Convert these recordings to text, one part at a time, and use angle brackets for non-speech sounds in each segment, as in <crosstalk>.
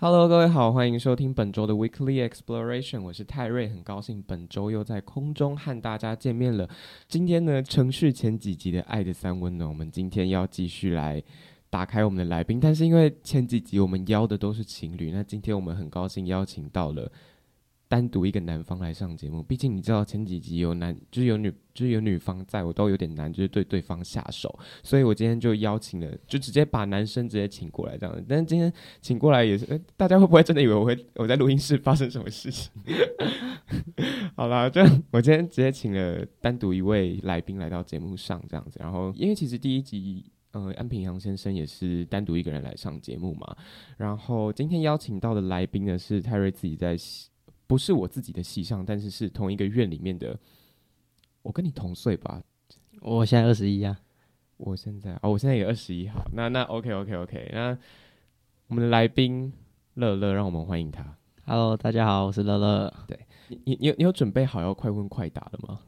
Hello，各位好，欢迎收听本周的 Weekly Exploration，我是泰瑞，很高兴本周又在空中和大家见面了。今天呢，程序前几集的《爱的三温暖》，我们今天要继续来打开我们的来宾，但是因为前几集我们邀的都是情侣，那今天我们很高兴邀请到了单独一个男方来上节目，毕竟你知道前几集有男就是有女就是有女方在，我都有点难，就是对对方下手，所以我今天就邀请了，就直接把男生直接请过来这样子，但是今天。请过来也是，诶大家会不会真的以为我会我在录音室发生什么事情？ <laughs> 好啦，这样我今天直接请了单独一位来宾来到节目上，这样子。然后，因为其实第一集，呃，安平洋先生也是单独一个人来上节目嘛。然后今天邀请到的来宾呢是泰瑞自己在戏，不是我自己的戏上，但是是同一个院里面的。我跟你同岁吧，我现在二十一啊，我现在哦，我现在也二十一，好，那那 OK OK OK，那我们的来宾乐乐，让我们欢迎他。 Hello，大家好，我是乐乐。你你你有你有准备好要快问快答了吗？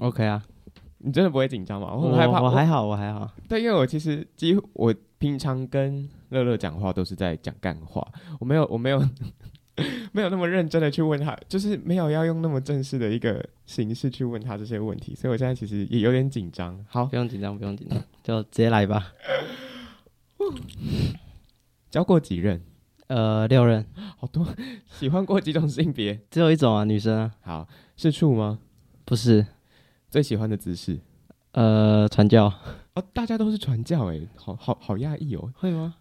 OK 啊，你真的不会紧张吗？我我很害怕，我还好，我还好。对，因为我其实几乎我平常跟乐乐讲话都是在讲干话，我没有我没有 <laughs> 没有那么认真的去问他，就是没有要用那么正式的一个形式去问他这些问题，所以我现在其实也有点紧张。好不，用紧张，不用紧张，就直接来吧。交过几任？呃，六人好多，喜欢过几种性别？只有一种啊，女生啊，好，是处吗？不是。最喜欢的姿势？呃，传教哦，大家都是传教哎，好好好讶异哦。会吗？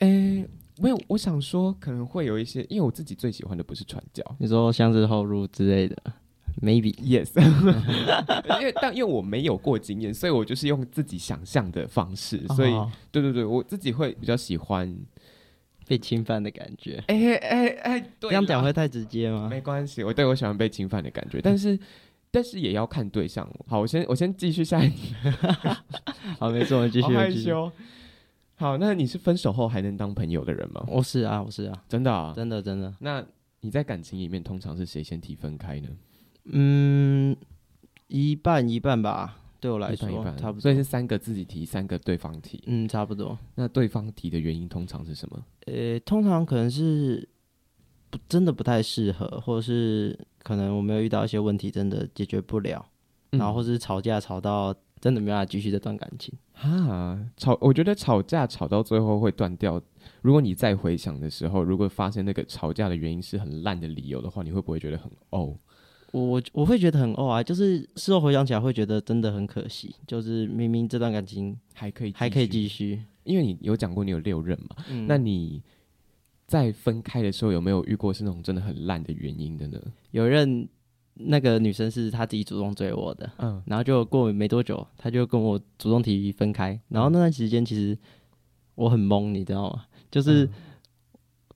诶，没有，我想说可能会有一些，因为我自己最喜欢的不是传教你说相知后入之类的，maybe。 ，yes，因为但因为我没有过经验，所以我就是用自己想象的方式，所以、哦对对对，我自己会比较喜欢。被侵犯的感觉，哎哎哎，对这啦样讲会太直接吗？没关系，我对我喜欢被侵犯的感觉，但是。但是也要看对象。哦好，我先我先继续下一 <laughs> 题。好，没错，我们继续。好害继续。羞。好，那你是分手后还能当朋友的人吗？我是啊，我是啊， <laughs> 真的啊？真的真的。那你在感情里面通常是谁先提分开呢？嗯，一半一半吧，对我来一说半一半差不多。所以是三个自己提，三个对方提。嗯，差不多。那对方提的原因通常是什么？呃，通常可能是不真的不太适合，或者是可能我没有遇到一些问题，真的解决不了，嗯然后或是吵架吵到真的没办法继续这段感情。啊，吵，我觉得吵架吵到最后会断掉。如果你再回想的时候，如果发现那个吵架的原因是很烂的理由的话，你会不会觉得很哦？我我我会觉得很哦啊，就是事后回想起来会觉得真的很可惜，就是明明这段感情还可以，还可以继续，继续，因为你有讲过你有六任嘛，嗯，那你在分开的时候有没有遇过是那种真的很烂的原因的呢？有一任那个女生是她自己主动追我的，嗯，然后就过没多久，他就跟我主动提分开。然后那段时间其实我很懵，你知道吗？嗯就是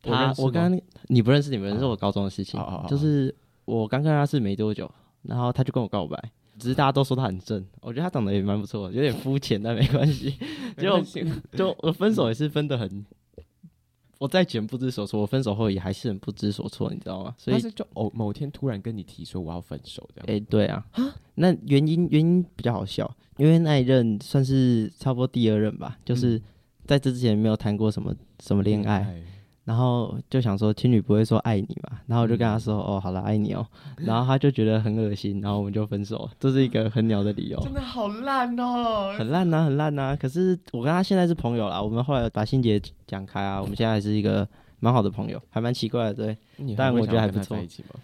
我认他，识我吗刚刚你不认识，你不认识，哦我高中的事情哦哦哦。就是我刚跟他是没多久，然后他就跟我告白。只是大家都说他很正，我觉得他长得也蛮不错的，有点肤浅，但没关系。 <laughs> 没关系就我分手也是分的很，我在前不知所措，我分手后也还是很不知所措，你知道吗？所以他是就偶某天突然跟你提说我要分手这样。哎、对啊，那原因原因比较好笑，因为那一任算是差不多第二任吧，嗯就是在这之前没有谈过什么什么恋爱，，然后就想说情侣不会说爱你嘛，然后我就跟他嗯说、哦，好了，爱 <laughs> 你哦，然后他就觉得很恶心，然后我们就分手了，这是一个很鸟的 <laughs> 理由，真的好烂哦！很烂呐、啊很烂呐、可是我跟他现在是朋友啦，我们后来有把心结讲开啊，我们现在还是一个蛮好的朋友，还蛮奇怪的，对，但我觉得还不错在一起吗？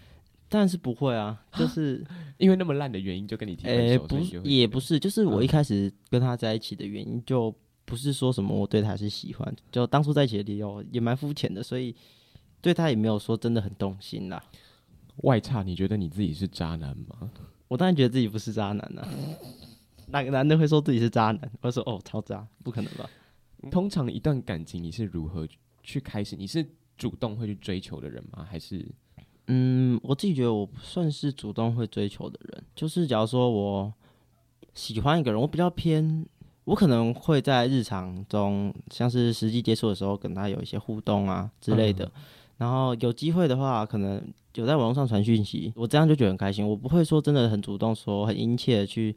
但是不 <gasps> 会啊，就是。因为那么烂的原因就跟你提分诶、手，所不以你是就，会也不是，就是我嗯一开始跟他在一起的原因，就不是说什么我对他是喜欢，就当初在一起的理由也蛮肤浅的，所以对他也没有说真的很动心啦。外差，你觉得你自己是渣男吗？我当然觉得自己不是渣男啦、 <laughs> 哪个男的会说自己是渣男？我就说哦，超渣，不可能吧？通常一段感情你是如何去开始？你是主动会去追求的人吗？还是嗯，我自己觉得我不算是主动会追求的人，就是假如说我喜欢一个人，我比较偏，我可能会在日常中，像是实际接触的时候，跟他有一些互动啊之类嗯的。然后有机会的话，可能有在网络上传讯息，我这样就觉得很开心。我不会说真的很主动说很殷切的去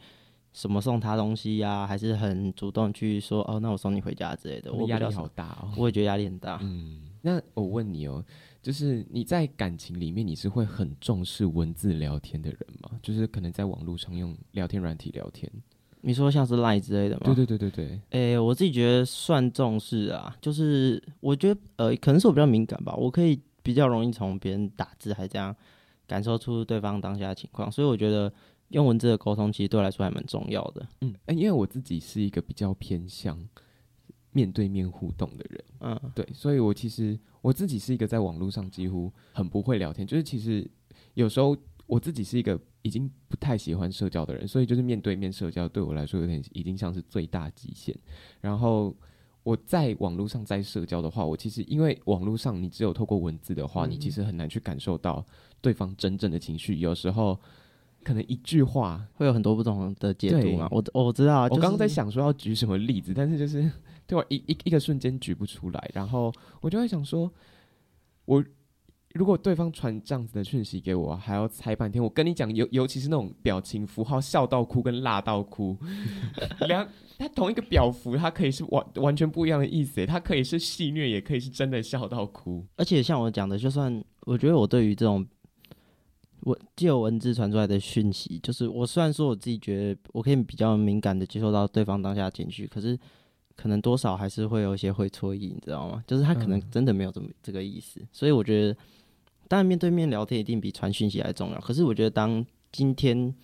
什么送他东西呀、还是很主动去说哦，那我送你回家之类的。我压比较力少好大哦？我也觉得压力很大。嗯，那我问你哦，就是你在感情里面，你是会很重视文字聊天的人吗？就是可能在网络上用聊天软体聊天。你说像是 Line 之类的吗？对对对对对，诶、我自己觉得算重视啊，就是我觉得呃，可能是我比较敏感吧，我可以比较容易从别人打字还这样感受出对方当下的情况，所以我觉得用文字的沟通其实对我来说还蛮重要的。嗯，哎、因为我自己是一个比较偏向面对面互动的人。嗯，对，所以我其实我自己是一个在网络上几乎很不会聊天，就是其实有时候我自己是一个已经不太喜欢社交的人，所以就是面对面社交对我来说有点已经像是最大极限。然后我在网络上在社交的话，我其实因为网络上你只有透过文字的话，你其实很难去感受到对方真正的情绪，有时候。可能一句话，会有很多不同的解读对嘛。我我知道啊，我刚刚在就是想说要举什么例子，但是就是对我啊一一一个瞬间举不出来，然后我就会想说，我如果对方传这样子的讯息给我，还要猜半天。我跟你讲，尤尤其是那种表情符号，笑到哭跟辣到哭， <laughs> 两他同一个表符，它可以是完完全不一样的意思耶，它可以是戏虐，也可以是真的笑到哭。而且像我讲的，就算我觉得我对于这种我借由文字传出来的讯息，就是我虽然说我自己觉得我可以比较敏感的接受到对方当下的情绪，可是可能多少还是会有一些会错意，你知道吗？就是他可能真的没有这么这个意思，所以我觉得，当然面对面聊天一定比传讯息还重要。可是我觉得，当今天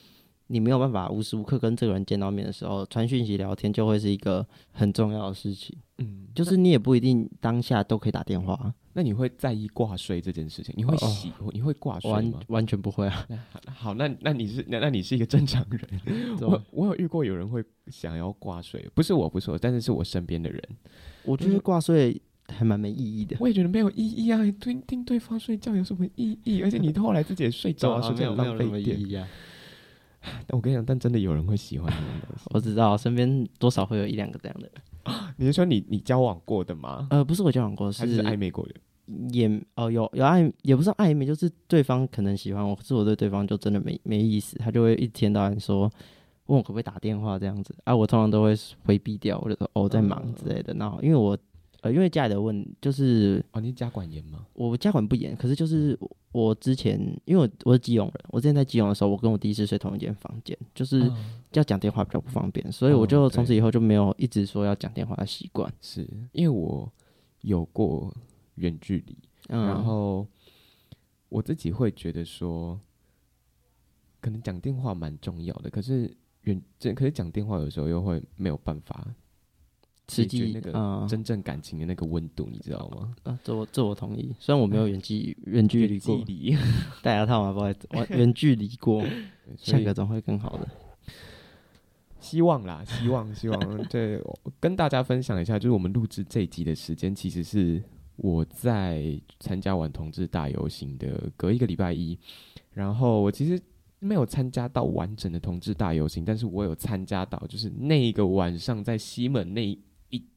你没有办法无时无刻跟这个人见到面的时候，传讯息聊天就会是一个很重要的事情。嗯，就是你也不一定当下都可以打电话啊、那你会在意挂睡这件事情？你会哦喜，你会挂睡完吗？完全不会啊，好，那那你是那那你是一个正常人。我 <laughs> 我我有遇过有人会想要挂水，不是我，不是我，但是是我身边的人， <laughs> 我觉得挂睡还蛮没意 <laughs> 义的。我也觉得没有意义啊！听听对方睡觉有什么意义？而且你后来自己也睡着了，是不是很浪费电？义啊。但我跟你讲，但真的有人会喜欢你的东 <laughs> 西。 <laughs> 我知道身边多少会有一两个这样的人，你是说你你交往过的吗？呃，不是我交往过，还是暧昧过的？也哦有有暧，也不是暧昧，就是对方可能喜欢我，可是我对对方就真的没没意思，他就会一天到晚说问我可不可以打电话这样子啊，我通常都会回避掉，我就说哦我在忙之类的。然后因为我呃因为家里的问就是哦，你是家管严吗？我家管不严，可是就是嗯我我之前，因为我我是基隆人，我之前在基隆的时候，我跟我第一次睡同一间房间，就是嗯要讲电话比较不方便，所以哦我就从对此以后就没有一直说要讲电话的习惯。是因为我有过远距离，嗯，然后我自己会觉得说，可能讲电话蛮重要的，可是远这可是讲电话有时候又会没有办法解实决际那个嗯，真正感情的那个温度，你知道吗？啊这我这我同意，虽然我没有远距远距离过嗯距，离，戴牙套嘛，不好意思， <laughs> 我远距离过，所下 <laughs> 以个总会更好的。希望啦， <laughs> 希望希 <laughs> 望。对，我跟大家分享一下，就是我们录制这一集的时间，其实是我在参加完同志大游行的隔一个礼拜一，然后我其实没有参加到完整的同志大游行，但是我有参加到，就是那一个晚上在西门那一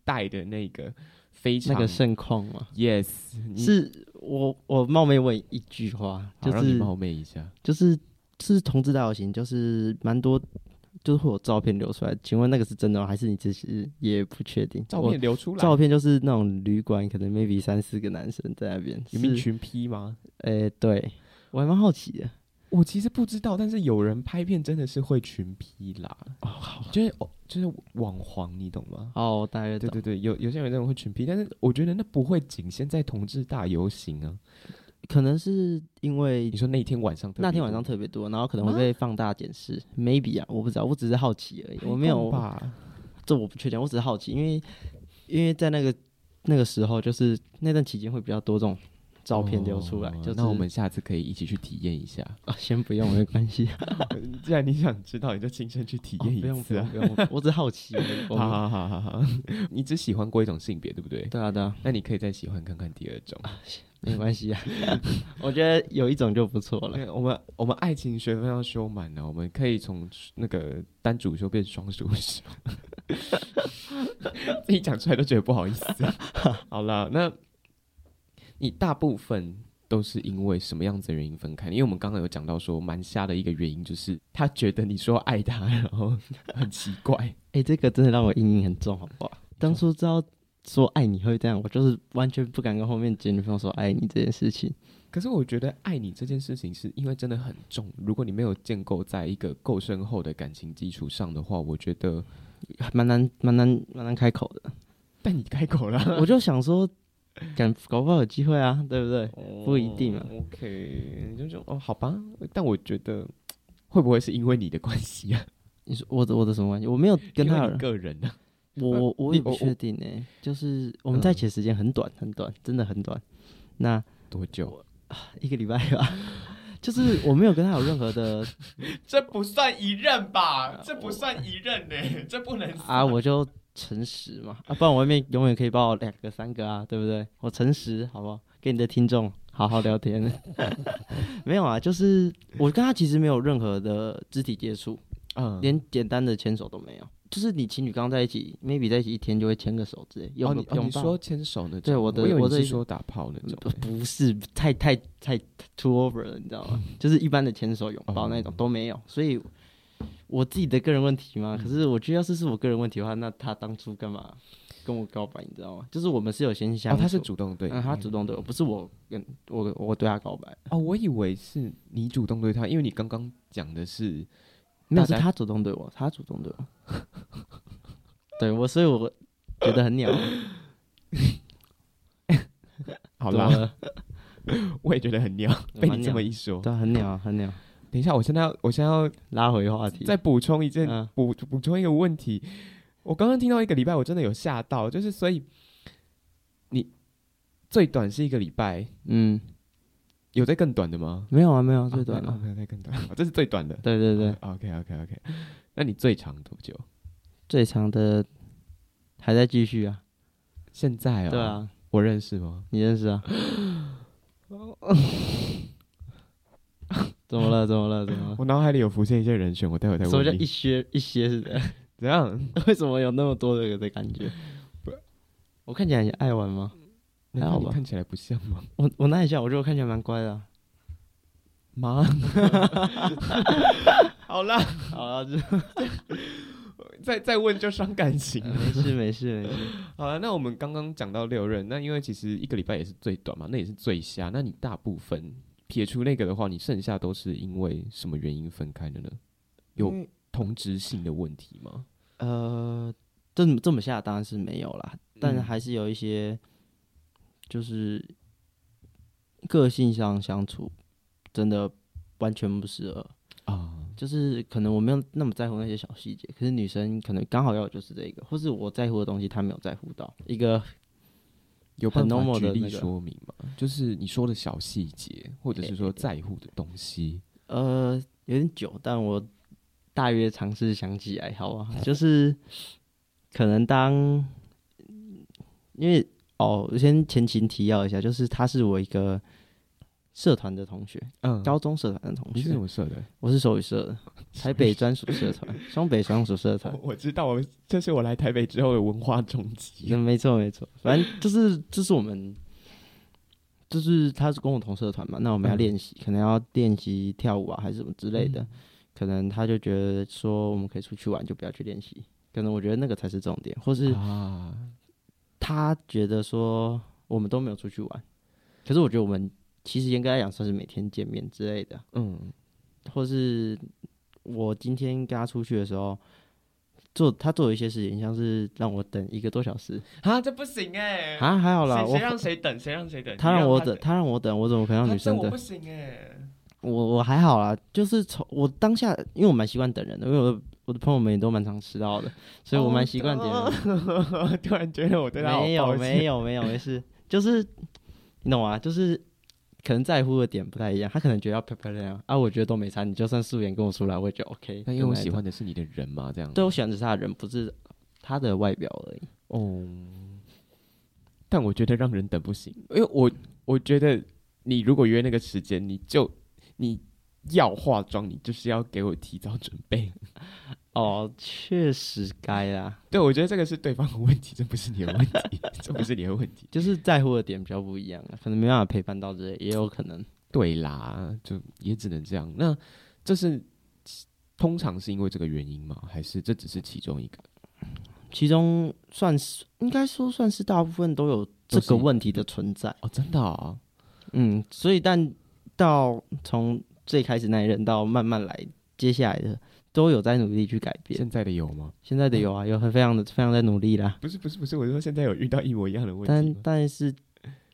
带的那个非常那个盛况嘛， yes，你是我我冒昧问一句话，好就让你是冒昧一下。就是是同志大游行，就是蛮多，就是会有照片流出来。请问那个是真的吗？还是你只是也不确定？照我片流出来，照片就是那种旅馆，可能 maybe 三四个男生在那边。有没有是？群 P 吗？诶、对，我还蛮好奇的。我其实不知道，但是有人拍片真的是会群批啦，哦，好，就是哦，就是网黄，你懂吗？哦，我大约对懂。对对，有有些人真的会群批，但是我觉得那不会仅限在同志大游行啊。可能是因为你说那天晚上特别多，啊那天晚上特别多，然后可能会被放大检视、m a y b e 啊，我不知道，我只是好奇而已，还我没有够吧？这我不确定，我只是好奇，因为因为在那个那个时候，就是那段期间会比较多这种照片流出来。哦就是那我们下次可以一起去体验一下。 <laughs> 啊先不用，没 <laughs> 关系，嗯哦既然你想知道，你就亲身去体验不一用不次用啊。不用，我我只好奇而已。<laughs> 我好好好好好， <laughs> 你只喜欢过一种性别，对不对？对啊对啊，那你可以再喜欢看看第二种。没 <laughs> 关系啊， <laughs> 我觉得有一种就不错了。对，我们我们爱情学分要修满啊呢，我们可以从那个单主修变双主修， <laughs> 自己讲出来都觉得不好意思。 <laughs> 好了，那你大部分都是因为什么样子的原因分开？因为我们刚刚有讲到说，蛮瞎的一个原因就是他觉得你说爱他，然后很奇怪。哎、这个真的让我阴影很重，好不好？当初知道说爱你会这样，我就是完全不敢跟后面前女朋友说爱你这件事情。可是我觉得爱你这件事情，是因为真的很重。如果你没有建构在一个够深厚的感情基础上的话，我觉得，蛮难蛮难蛮难开口 <laughs> 的。但你开口了，我就想说，敢搞不好有机会啊，对不嗯对？不一定啊哦 OK，你就说哦，好吧，但我觉得会不会是因为你的关系啊？你说我的我的什么关系？我没有 <laughs> 跟因为他你，个人啊，我我我也不你我确定哎、就是我们在一起的时间很短很短，真的很短。那多久？一个礼拜吧，嗯就是我没有跟他有任 <laughs> 何的这不算一任吧？这不算一任呢、这不能啊，我就诚实嘛，啊，不然我外面永远可以抱两个三个啊，对不对？我诚实好不好？跟你的听众好好 <laughs> 聊天。没有啊，就是我跟他其实没有任何的肢体接触，嗯连简单的牵手都没有。就是你情侣刚在一起，maybe 在一起一天就会牵个手之类，哦，拥你个哦拥你抱。说牵手那种，对我的以为我你的是意思说打炮那种不不是太太太 too over 了，你知道吗？就是一般的牵手、拥抱那种哦都没有，所以我自己的个人问题嘛。可是我觉得要是是我个人问题的话，那他当初干嘛跟我告白？你知道吗？就是我们是有先欸。相哦，处，他是主动对嗯，他主动对我，不是我跟我我对他告白，哦，我以为是你主动对他，因为你刚刚讲的是没有大是家他主动对我，他主动对我， <laughs> 对我，所以我觉得 <laughs> 很鸟。好怎么啦，了， <laughs> 我也觉得很鸟，被嗯蛮你这鸟么一说。对啊，很鸟啊，很鸟。等一下，我现在要，我现在要拉回话题，再补充一件嗯补补充一个问题，我刚刚听到一个礼拜，我真的有吓到，就是所以你最短是一个礼拜，嗯，有在更短的吗？没有啊，没有啊最短了，哦了。没有再更短，哦这是最短的。对对对， OK OK OK，那你最长多久？最长的还在继续啊。现在哦，对，啊，我认识吗？你认识啊？ <laughs> 怎么了？怎么了？怎么了？我脑海里有浮现一些人选，我待会再什么叫问一你。些一些是的？ <laughs> 怎样？为什么有那么多的的感觉？我看起来很爱玩吗？难还道好你吧看起来不像吗？我我那一下，我觉得我看起来蛮乖的啊、妈，好啦，好 <laughs> 了，就再再问就伤感情了。没事没事没事。好啊了，那我们刚刚讲到六任，那因为其实一个礼拜也是最短嘛，那也是最瞎。那你大部分撇除那个的话，你剩下都是因为什么原因分开的呢？有因为同质性的问题吗？呃，这么这么下当然是没有啦，但嗯还是有一些，就是个性上相处真的完全不适合。啊，就是可能我没有那么在乎那些小细节，可是女生可能刚好要的就是这个，或是我在乎的东西她没有在乎到。一个有办很法 normal 举的例那个说明吗？就是你说的小细节，或者是说在乎的东西。呃有点久，但我大约尝试想起来，好吧，就是 <laughs> 可能当因为哦，我先前情提要一下，就是他是我一个社团的同学，嗯高中社团的同你是学什，么社的？我是手语社的，台北专属社团，双北专属社团。我知道，我这是我来台北之后的文化冲击。嗯，没错没 <laughs> 错，反正就是就是我们，就是他是跟我同社团嘛，那我们要嗯练习，可能要练习跳舞啊，还是什么之类的。可能他就觉得说我们可以出去玩，就不要去练习。可能我觉得那个才是重点，或是啊，他觉得说我们都没有出去玩，可是我觉得我们其实严格来讲算是每天见面之类的，嗯，或是我今天跟他出去的时候。做他做了一些事情，像是让我等一个多小 <laughs> 时啊，这不行哎啊，还好啦，我谁等？谁让谁等他让我等，，他让我等，我怎么可能让女生等？行哎。我我还好啦，就是从我当下，因为我蛮习惯等人的，因为我的我的朋友们也都蛮常迟到的，所以我蛮习惯点人。 <laughs> 突然觉得我对他好没有抱歉没有没有没事，就是你懂吗？就是可能在乎的点不太一样，他可能觉得要漂漂亮亮啊，我觉得都没差，你就算素颜跟我出来，我也觉得 OK。但因为我喜，欢的是你的人嘛，这样对我喜欢只是他的人，不是他的外表而已。哦。但我觉得让人等不行，因为我我觉得你如果约那个时间，你就你要化妆，你就是要给我提早准备。哦，确实该啦，对，我觉得这个是对方的问题，这不是你的问 <laughs> 题，这不是你的问题。就是在乎的点比较不一样啊，可能没办法陪伴到之类，也有可能。对啦，就也只能这样。那这是通常是因为这个原因吗？还是这只是其中一个？其中算是应该说算是大部分都有这都个是问题的存在。哦，真的哦，嗯，所以但到从最开始那一任到慢慢来，接下来的都有在努力去改变。现在的有吗？现在的有嗯啊，有很非常的非常在努力啦，不是不是不是，我是说现在有遇到一模一样的问但题吗但是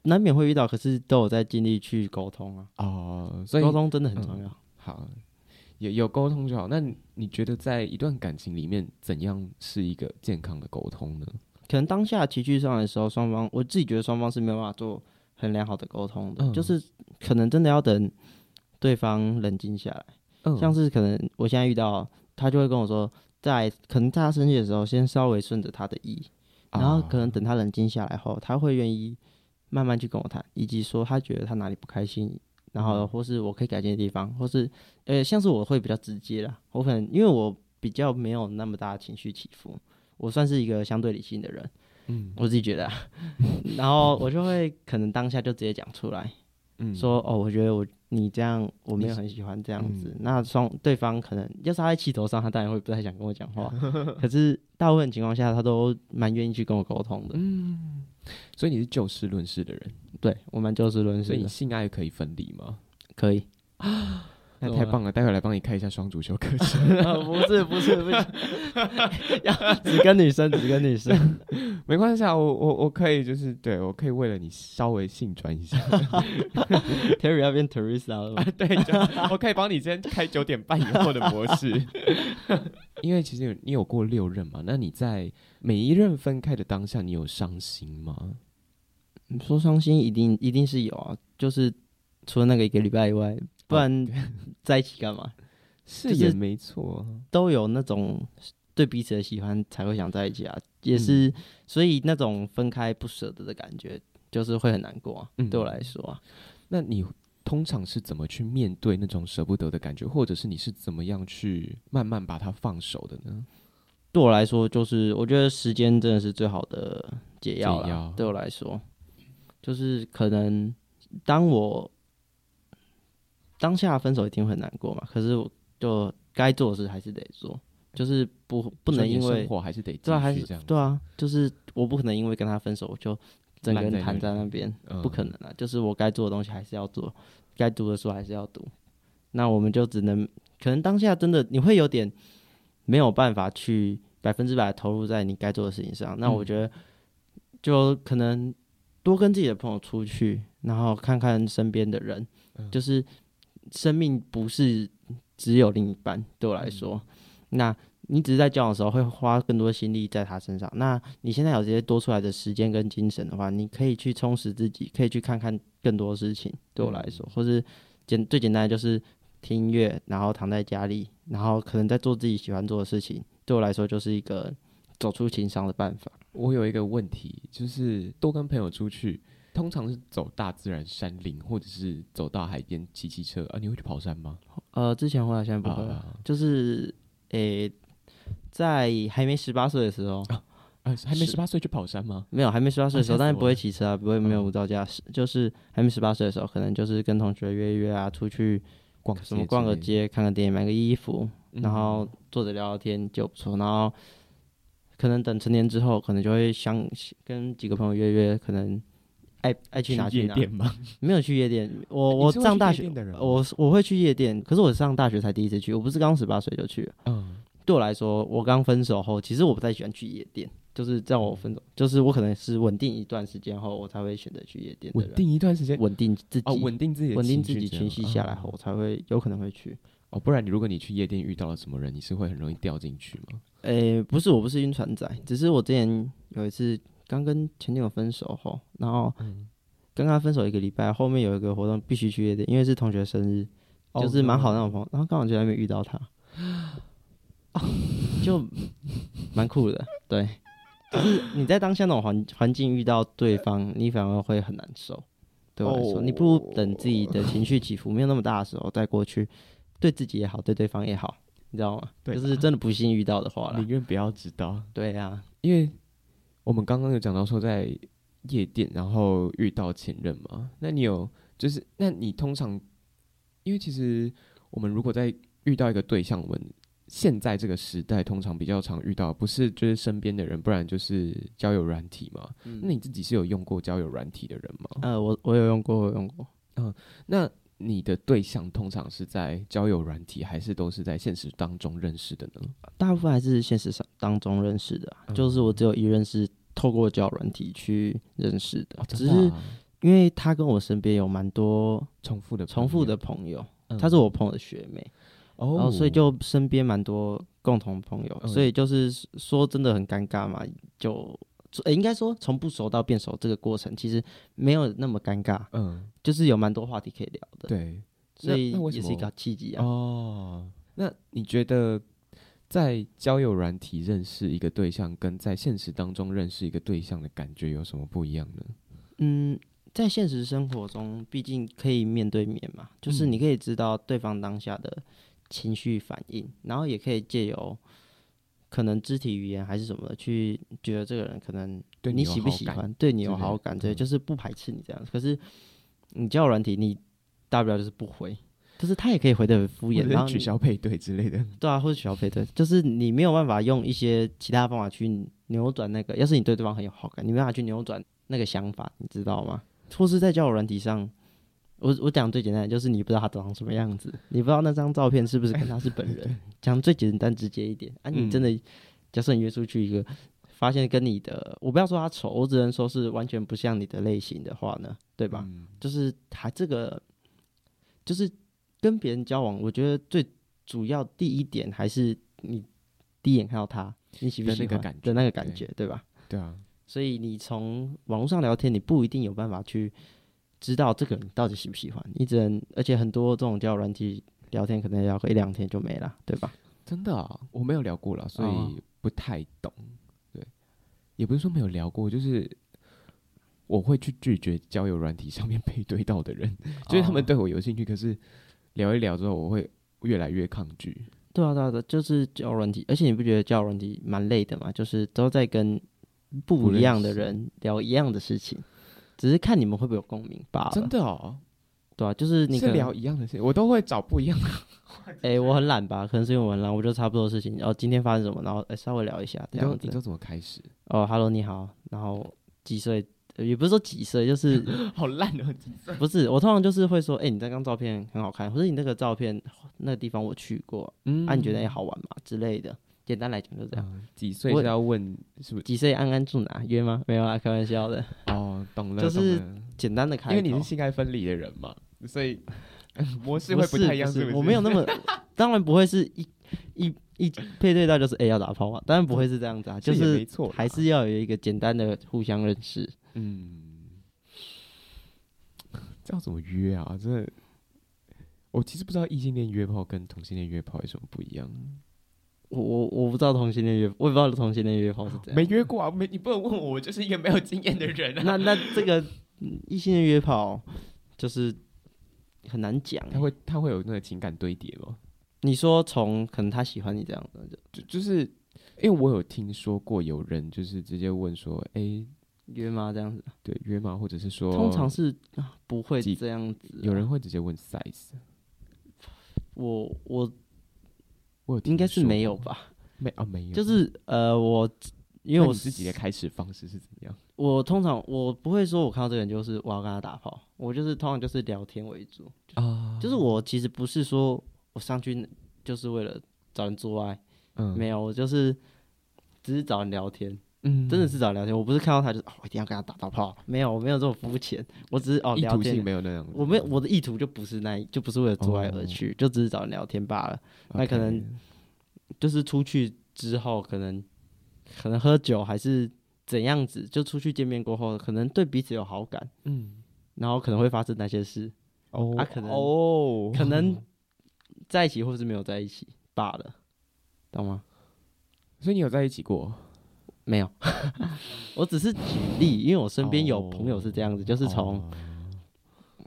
难免会遇到，可是都有在尽力去沟通啊，哦，所以嗯沟通真的很重要。好，有有沟通就好。那你你觉得在一段感情里面，怎样是一个健康的沟通呢？可能当下情绪上来的时候，双方我自己觉得双方是没有办法做很良好的沟通的，嗯就是可能真的要等对方冷静下来。嗯像是可能我现在遇到他就会跟我说，在可能在他生气的时候，先稍微顺着他的意，然后可能等他冷静下来后，他会愿意慢慢去跟我谈，以及说他觉得他哪里不开心，然后或是我可以改进的地方，或是呃像是我会比较直接啦，我可能因为我比较没有那么大的情绪起伏，我算是一个相对理性的人，嗯我自己觉得、啊， <laughs> 然后我就会可能当下就直接讲出来，嗯说哦，我觉得我你嗯这样我没有很喜欢这样子。那双对方可能要是他在气头上，他当然会不太想跟我讲 <laughs> 话。可是大部分情况下，他都蛮愿意去跟我沟通的。所以你是就事论事的人，对我们就事论所事以你的，性爱可以分离吗？啊可 <laughs> 以。那太棒了，待会来帮你开一下双足球课程。啊！不是不是不是， <laughs> 要只跟女生，只跟女生。 <laughs> 没关系啊，我我我可以，就是对我可以为了你稍微性转一下， Terry 要变 Teresa 了吗， <laughs> 对，就我可以帮你今天开九点半以后的模式。 <laughs> 因为其实有你有过六任嘛，那你在每一任分开的当下，你有伤心吗？你啊说伤心一定一定是有啊，就是除了那个一个礼拜以外，不然在一起干嘛？是就是也没错，啊都有那种对彼此的喜欢才会想在一起啊，嗯也是、所以那种分开不舍得的感觉，就是会很难过、啊。嗯对我来说、啊，那你通常是怎么去面对那种舍不得的感觉，或者是你是怎么样去慢慢把它放手的呢？对我来说，就是我觉得时间真的是最好的解药解了药。对我来说，就是可能当我当下分手一定会很难过嘛，可是我就该做的事还是得做，就是不不能所以你因的为生活还是得继对啊，还续是这样，对啊，就是我不可能因为跟他分手，我就整个烂在人那瘫里在那边，嗯不可能啊！就是我该做的东西还是要做，该读的书还是要读。那我们就只能，可能当下真的你会有点没有办法去百分之百地投入在你该做的事情上。那我觉得，就可能多跟自己的朋友出去，然后看看身边的人，就是生命不是只有另一半。对我来说，那你只是在交往的时候会花更多心力在他身上。那你现在有这些多出来的时间跟精神的话，你可以去充实自己，可以去看看更多事情。对我来说，或是简最简单的就是听音乐，然后躺在家里，然后可能在做自己喜欢做的事情。对我来说，就是一个走出情伤的办法。我有一个问题，就是多跟朋友出去，通常是走大自然山林，或者是走到海边骑骑车啊。你会去跑山吗？呃，之前会啊，现在不会了。啊就是诶、在还没十八岁的时候，啊，还没是十八岁去跑山吗？没有还没十八岁的时啊吓候，死当然不我了嗯会骑车啊，不会没有无照驾驶。就是还没十八岁的时候，可能就是跟同学约一约啊，出去逛什么逛个之类街、看个电影、买个衣服，的，然后坐着聊聊天就不错。然后可能等成年之后，可能就会相跟几个朋友约约，可能爱爱去去哪去夜哪。店吗？没有去夜店，啊 <laughs> 我你我是会上去大夜学店的人吗我是我会去夜店，可是我上大学才第一次去，我不是刚十八岁就去。嗯，对我来说，我刚分手后，其实我不太喜欢去夜店，就是在我分手，就是我可能是稳定一段时间后，我才会选择去夜店的人。稳定一段时间，稳定自己，哦，稳定自己的稳定情自绪己这情样绪下来嗯后，我才会有可能会去。哦，不然你如果你去夜店遇到了什么人，你是会很容易掉进去吗？诶、不是，我不是晕嗯船仔，只是我之前有一次刚跟前女友分手后，然后跟他分手一个礼拜，后面有一个活动必须去夜店，因为是同学生日，哦就是蛮嗯好那种朋友，然后刚好就在那边遇 <laughs> 到他，就蛮酷的，对。就是你在当下那种环环境遇到对方，你反而会很难受。对我来哦说，你不如等自己的情绪起伏没有那么大的时候再过去，对自己也好，对对方也好，你知道吗？对啊就是真的不幸遇到的话啦宁。愿不要知道，对啊，因为我们刚刚有讲到说在夜店然后遇到前任嘛，那你有就是那你通常，因为其实我们如果在遇到一个对象，我们现在这个时代通常比较常遇到，不是就是身边的人，不然就是交友软体嘛。那你自己是有用过交友软体的人吗？呃，我我有用过，我有用过。那你的对象通常是在交友软体，还是都是在现实当中认识的呢？大部分还是现实上当中认识的啊、就是嗯我只有一任是透过交友软体去认识哦的，哦只啊是因为他跟我身边有蛮多重复的重复的，朋友，嗯她是我朋友的学妹，哦，然后所以就身边蛮多共同朋友，嗯所以就是说真的很尴尬嘛，就。诶应该说从不熟到变熟这个过程，其实没有那么尴尬，嗯，就是有蛮多话题可以聊的，，对，所以那那为什也么是一个契机啊。哦，那你觉得在交友软体认识一个对象，跟在现实当中认识一个对象的感觉有什么不一样呢？嗯，在现实生活中，毕竟可以面对面嘛，就是嗯你可以知道对方当下的情绪反应，然后也可以借由可能肢体语言还是什么的，去觉得这个人可能对你有喜不好喜感？欢，对你之有类好的感，对，嗯就是不排斥你这样。可是你交友软体，你大不了就是不回，就是他也可以回的很敷或衍，者是然后取你消配对之类的，对啊，或者取消配对，就是你没有办法用一些其他方法去扭转那个。要是你对对方很有好感，你没办法去扭转那个想法，你知道吗？或是在交友软体上，我我讲最简单的就是你不知道他长什么样子，你不知道那张照片是不是跟他是本人。讲最简单直接一点啊，你嗯真的，假设你约出去一个，发现跟你的，我不要说他丑，我只能说是完全不像你的类型的话呢，对吧？嗯就是他这个，就是跟别人交往，我觉得最主要第一点还是你第一眼看到他，你喜不的喜欢那个感觉的那个对感觉，对吧？对啊，所以你从网络上聊天，你不一定有办法去知道这个人到底喜不喜欢，你只能，而且很多这种交友软体聊天，可能聊个一两天就没了，对吧？ <laughs> 真的、啊，我没有聊过了，所哦以不太懂。对，也不是说没有聊过，就是我会去拒绝交友软体上面配对到的 <laughs> 人，就是他们哦对我有兴趣，可是聊一聊之后，我会越来越抗拒。对啊，对啊，对啊就是交友软体，而且你不觉得交友软体蛮累的吗？就是都在跟不不一样认的识人聊一样的事情，只是看你们会不会有共鸣罢了。真的哦，对啊，就是你可是能聊一样的事，我都会找不一样的。哎、我很懒吧，可能是因为我很懒，我就差不多的事情，然、后今天发生什么，然后、哎稍微聊一下这你都样你都子。怎么开始？哦，Hello，你好，然后几岁？呃也不是说几岁，就是 <laughs> <laughs> 好烂哦！不是我通常就是会说，哎、你这张照片很好看，或者你那个照片那个地方我去过，嗯啊，你觉得也好玩嘛之类的。简单来讲就这样。嗯几岁我是要问是不是？几岁安安住哪约吗？没有啊，开玩 <laughs> 笑的。哦，懂了，就是懂了简单的开头，因为你是性爱分离的人嘛，所 <laughs> 以嗯模式不会是太一样，不是不是？我没有 <laughs> 那么，当然不会是一一一配对到就是哎、要打炮啊，当然不会是这样子啊，就是也是没错啦，还是要有一个简单的互相认识。嗯，这要怎么约啊？真的，我其实不知道异性恋约炮跟同性恋约炮有什么不一样，我我我不知道同性恋约，我也不知道同性恋约炮是怎样。没约过啊，没你不能问我，我就是一个没有经验的人啊。 <laughs> 那那这个嗯异性恋约炮就是很难讲 <laughs> 欸、他会他会有那个情感堆叠吗？你说从可能他喜欢你这样的，就就就是因为我有听说过有人就是直接问说，哎、约吗？这样子，对约吗？或者是说，通常是啊不会几这样子啊、有人会直接问 size，我我我有听应该是说没有过吧？没啊没有，就是呃，我因那你为我自己的开始方式是怎样？我通常我不会说我看到这个人就是我要跟他打炮，我就是通常就是聊天为主哦啊。就是我其实不是说我上去就是为了找人做爱，嗯，没有，我就是只是找人聊天，嗯，真的是找人聊天。我不是看到他就是哦，我一定要跟他打到炮，没有，我没有这种肤浅，我只是哦意聊图性天。没有那样子，我没有我的意图就不是那一，就不是为了做爱而去，就只是找人聊天罢了。那可哦 OK 能就是出去之后，可能可能喝酒还是怎样子，就出去见面过后，可能对彼此有好感，嗯，然后可能会发生哪些事，哦，啊可能哦，可能在一起或是没有在一起罢了，懂吗？所以你有在一起过？没有， <laughs> 我只是举例，因为我身边有哦朋友是这样子，就是从哦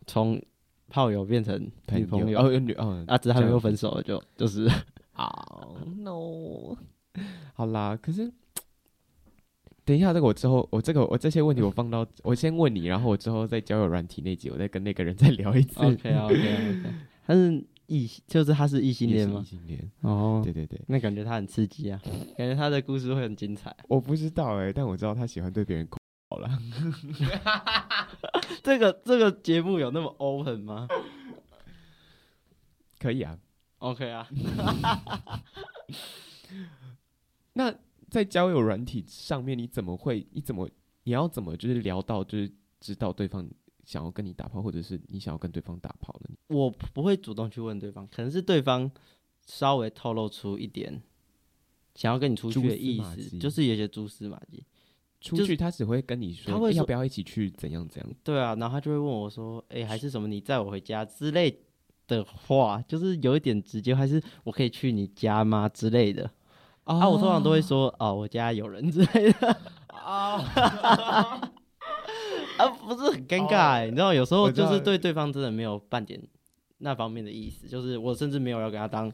从炮友变成女朋友，哦，有女哦啊，只是他们这样又分手了，就 <laughs> 就是啊，no，好 <laughs> 啦，可是等一下，这个我之后，我这个我这些问题我放到我先问你，然后我之后在交友软体那集，我再跟那个人再聊一次。 OK OK <laughs> OK，他是异，就是他是异性也恋是吗异？性恋，哦对，对对，那感觉他很刺激 <laughs> 啊，感觉他的故事会很精彩。我不知道哎、但我知道他喜欢对别人口好了。这个这个节目有那么 open 吗可以啊， ？OK 啊，那在交友软体上面，你怎么会？你怎么你要怎么就是聊到就是知道对方想要跟你打炮，或者是你想要跟对方打炮呢？我不会主动去问对方，可能是对方稍微透露出一点想要跟你出去的意蛛丝马思，迹就是有一些蛛丝马迹。出就是去他只会跟你说，他会哎要说不要一起去怎样怎样？对啊，然后他就会问我说：“哎、还是什么？你载我回家之类的话，就是有一点直接，还是我可以去你家吗之类的？”啊，我通常都会说：“哦，我家有人 <laughs> 之类的。”哦 <laughs> 啊，啊，不是很尴尬、欸，你知道，有时候我知就道是对对方真的没有半点那方面的意思，就是我甚至没有要跟他当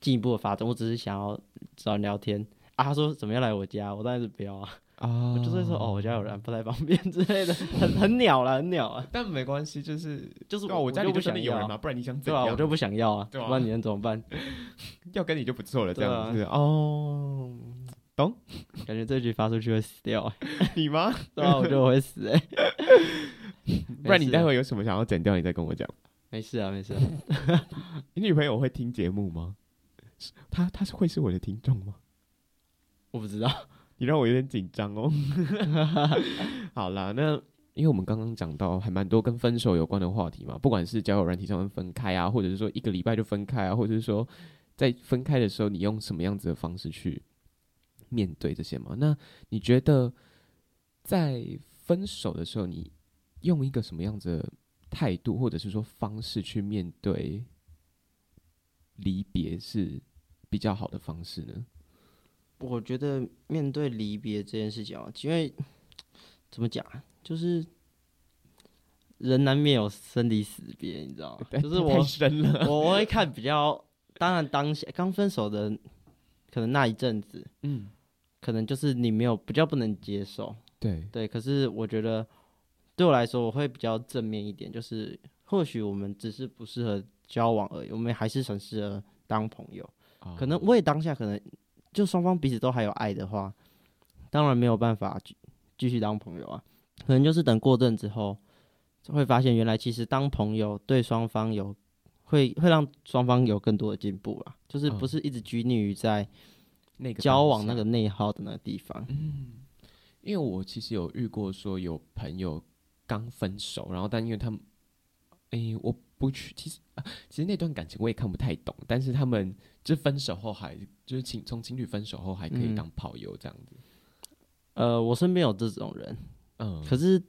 进一步的发展，我只是想要找人聊天。啊，他说怎么样来我家？我当然是不要啊，啊，我就是会说哦，我家有人不太方便 <laughs> 之类的，很很鸟啦，很鸟啊。但没关系，就是就是对啊我家里就不就真想的有要人啊嘛，不然你想怎 <laughs> 对啊，样？我就不想要啊，对啊不然你能怎么办？要跟你就不错了，这对啊样子哦。 <laughs> 感觉这句发出去会死掉、欸，你吗？ <laughs> 对啊，我觉得我会死哎、不然你没事啊待会有什么想要剪掉，你再跟我讲。没事啊，没事啊，你女朋友会听节目吗？是她她是会是我的听众吗？我不知道。你让我有点紧张哦。好啦，那因为我们刚刚讲到还蛮多跟分手有关的话题嘛，不管是交友软体上面分开啊，或者是说一个礼拜就分开啊，或者是说在分开的时候你用什么样子的方式去面对这些嘛？那你觉得在分手的时候，你用一个什么样子的态度，或者是说方式去面对离别是比较好的方式呢？ <laughs> 我觉得面对离别这件事情啊，因为怎么讲啊，就是人难免有生离死别，你知道 <laughs> 吗？哦就是 <laughs> 我太深 <laughs> 了，我我会看比较，当然当下刚分手的，可能那一阵子，嗯，可能就是你没有比较不能接受，对。对，可是我觉得对我来说，我会比较正面一点，就是或许我们只是不适合交往而已，我们还是很适合当朋友。哦可能我也当下可能就双方彼此都还有爱的话，当然没有办法继继续当朋友啊。可能就是等过阵子后，会发现原来其实当朋友对双方有会会让双方有更多的进步啦，就是不嗯是一直拘泥于在那个交当往下那个内耗的那个地方。嗯因为我其实有遇过说有朋友刚分手，然后但因为他们，诶、我不去，其实、啊、其实那段感情我也看不太懂，但是他们就分手后还就是情从情侣分手后还可以嗯当炮友这样子，呃，我身边有这种人，嗯，可是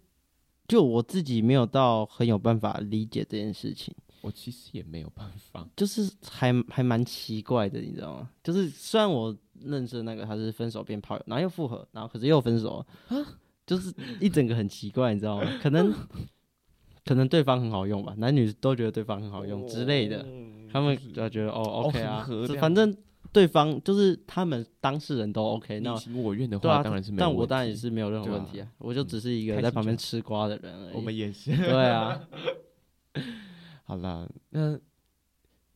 就我自己没有到很有办法理解这件事情，我其实也没有办 <laughs> 法，就是还还蛮奇怪的，你知道吗？就是虽然我认识的那个他是分手变炮友，然后又复合，然后可是又分手，啊 <laughs> 就是一整个很奇怪，你知道吗？可 <laughs> 能可能对方很好用吧，男女都觉得对方很好哦用之类哦的，嗯他们就觉得哦 OK 啊很合，这这样反正对方就是他们当事人都 OK，那你情我愿的对话、啊，当然是没有但问题，我当然也是没有任何对啊问题啊，我就只是一个开在心旁边就好吃瓜的人 <laughs> 而已。我们也 <laughs> 是，对啊，好啦，那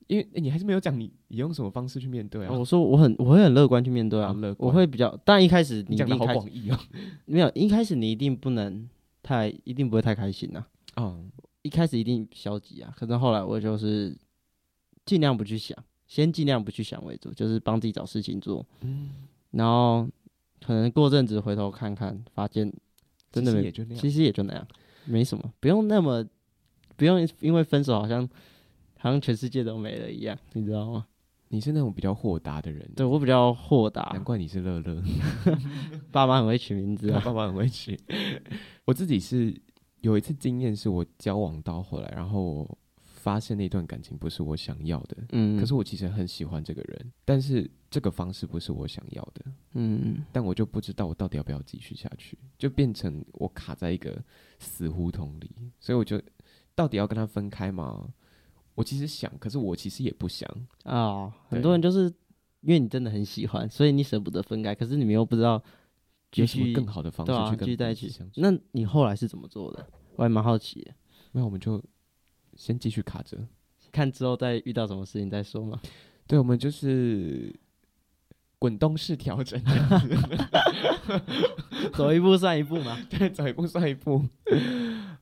因为、诶你还是没有讲你你用什么方式去面对啊，我说我很我会很乐观去面对啊很乐，观哦我会比较，但一开始你你一讲的定好开广 <laughs> 义哦，没有，一开始你一定不能太，一定不会太开心啊，嗯。一开始一定消极啊，可是后来我就是尽量不去想，先尽量不去想为主，就是帮自己找事情做，嗯然后可能过阵子回头看看，发现真的其实没也就那样。其实也就那样，没什么，不用那么，不用因为分手好像好像全世界都没了一样，你知道吗？你是那种比较豁达的人，对我比较豁达难，怪你是乐乐， <laughs> 爸妈很会取名字他啊。 <laughs> 爸妈很会取。我自己是有一次经验是我交往到后来，然后我发现那段感情不是我想要的，嗯，可是我其实很喜欢这个人，但是这个方式不是我想要的，嗯，但我就不知道我到底要不要继续下去，就变成我卡在一个死胡同里，所以我就到底要跟他分开吗？我其实想，可是我其实也不想，哦，对很多人就是因为你真的很喜欢，所以你舍不得分开，可是你们又不知道有继什么续更好的方对式去啊继跟续在一彼此起相。处那你后来是怎么做的？我还蛮好奇的，那我们就先继续卡着。看之后再遇到什么事情再 <laughs> 说嘛。对，我们就是滚动式调整，走一步算一步嘛。对，走一步算一步。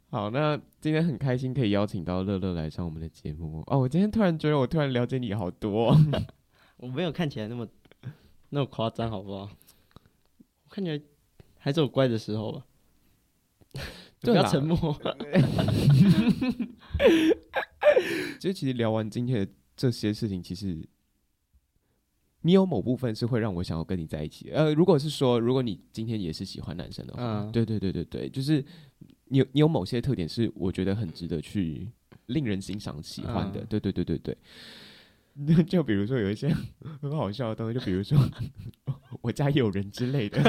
好，那今天很开心可以邀请到乐乐来上我们的节目哦。我今天突然觉得我突然了解你好多哦、我没有看起来那么那么夸张，好不好？我看起来还是有乖的时候吧。不对啦要 <laughs> 沉默。就其实聊完今天的这些事情，其实你有某部分是会让我想要跟你在一起的。呃，如果是说，如果你今天也是喜欢男生的话，嗯对对对对对，就是你有你有某些特点是我觉得很值得去令人欣赏、喜欢的。嗯对对对对 <laughs> 对。那就比如说有一些 <laughs> 很好笑的东西，就比如说我家也有人之类 <laughs> 的，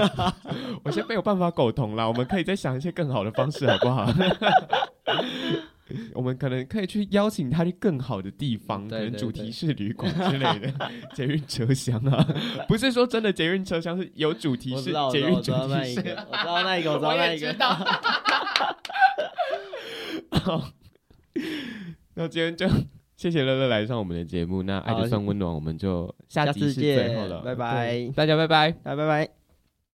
我现在没有办法苟同啦，我们可以再想一些更好的方式，好不 <laughs> 好？我们可能可以去邀请他去更好的地方，对可能对主对题式旅馆之类的 <laughs> 捷运车厢啊，不是说真的捷运车厢是有主题我式知道，我捷知道，运我知主道那题一式个，我，知道那一个，我知道我那也一知个。道。 <laughs> 好，那今天就谢谢乐乐来上我们的节目。那爱好的算温暖，我们就下下集次是最见后了，，拜对拜，大家拜拜。拜拜拜。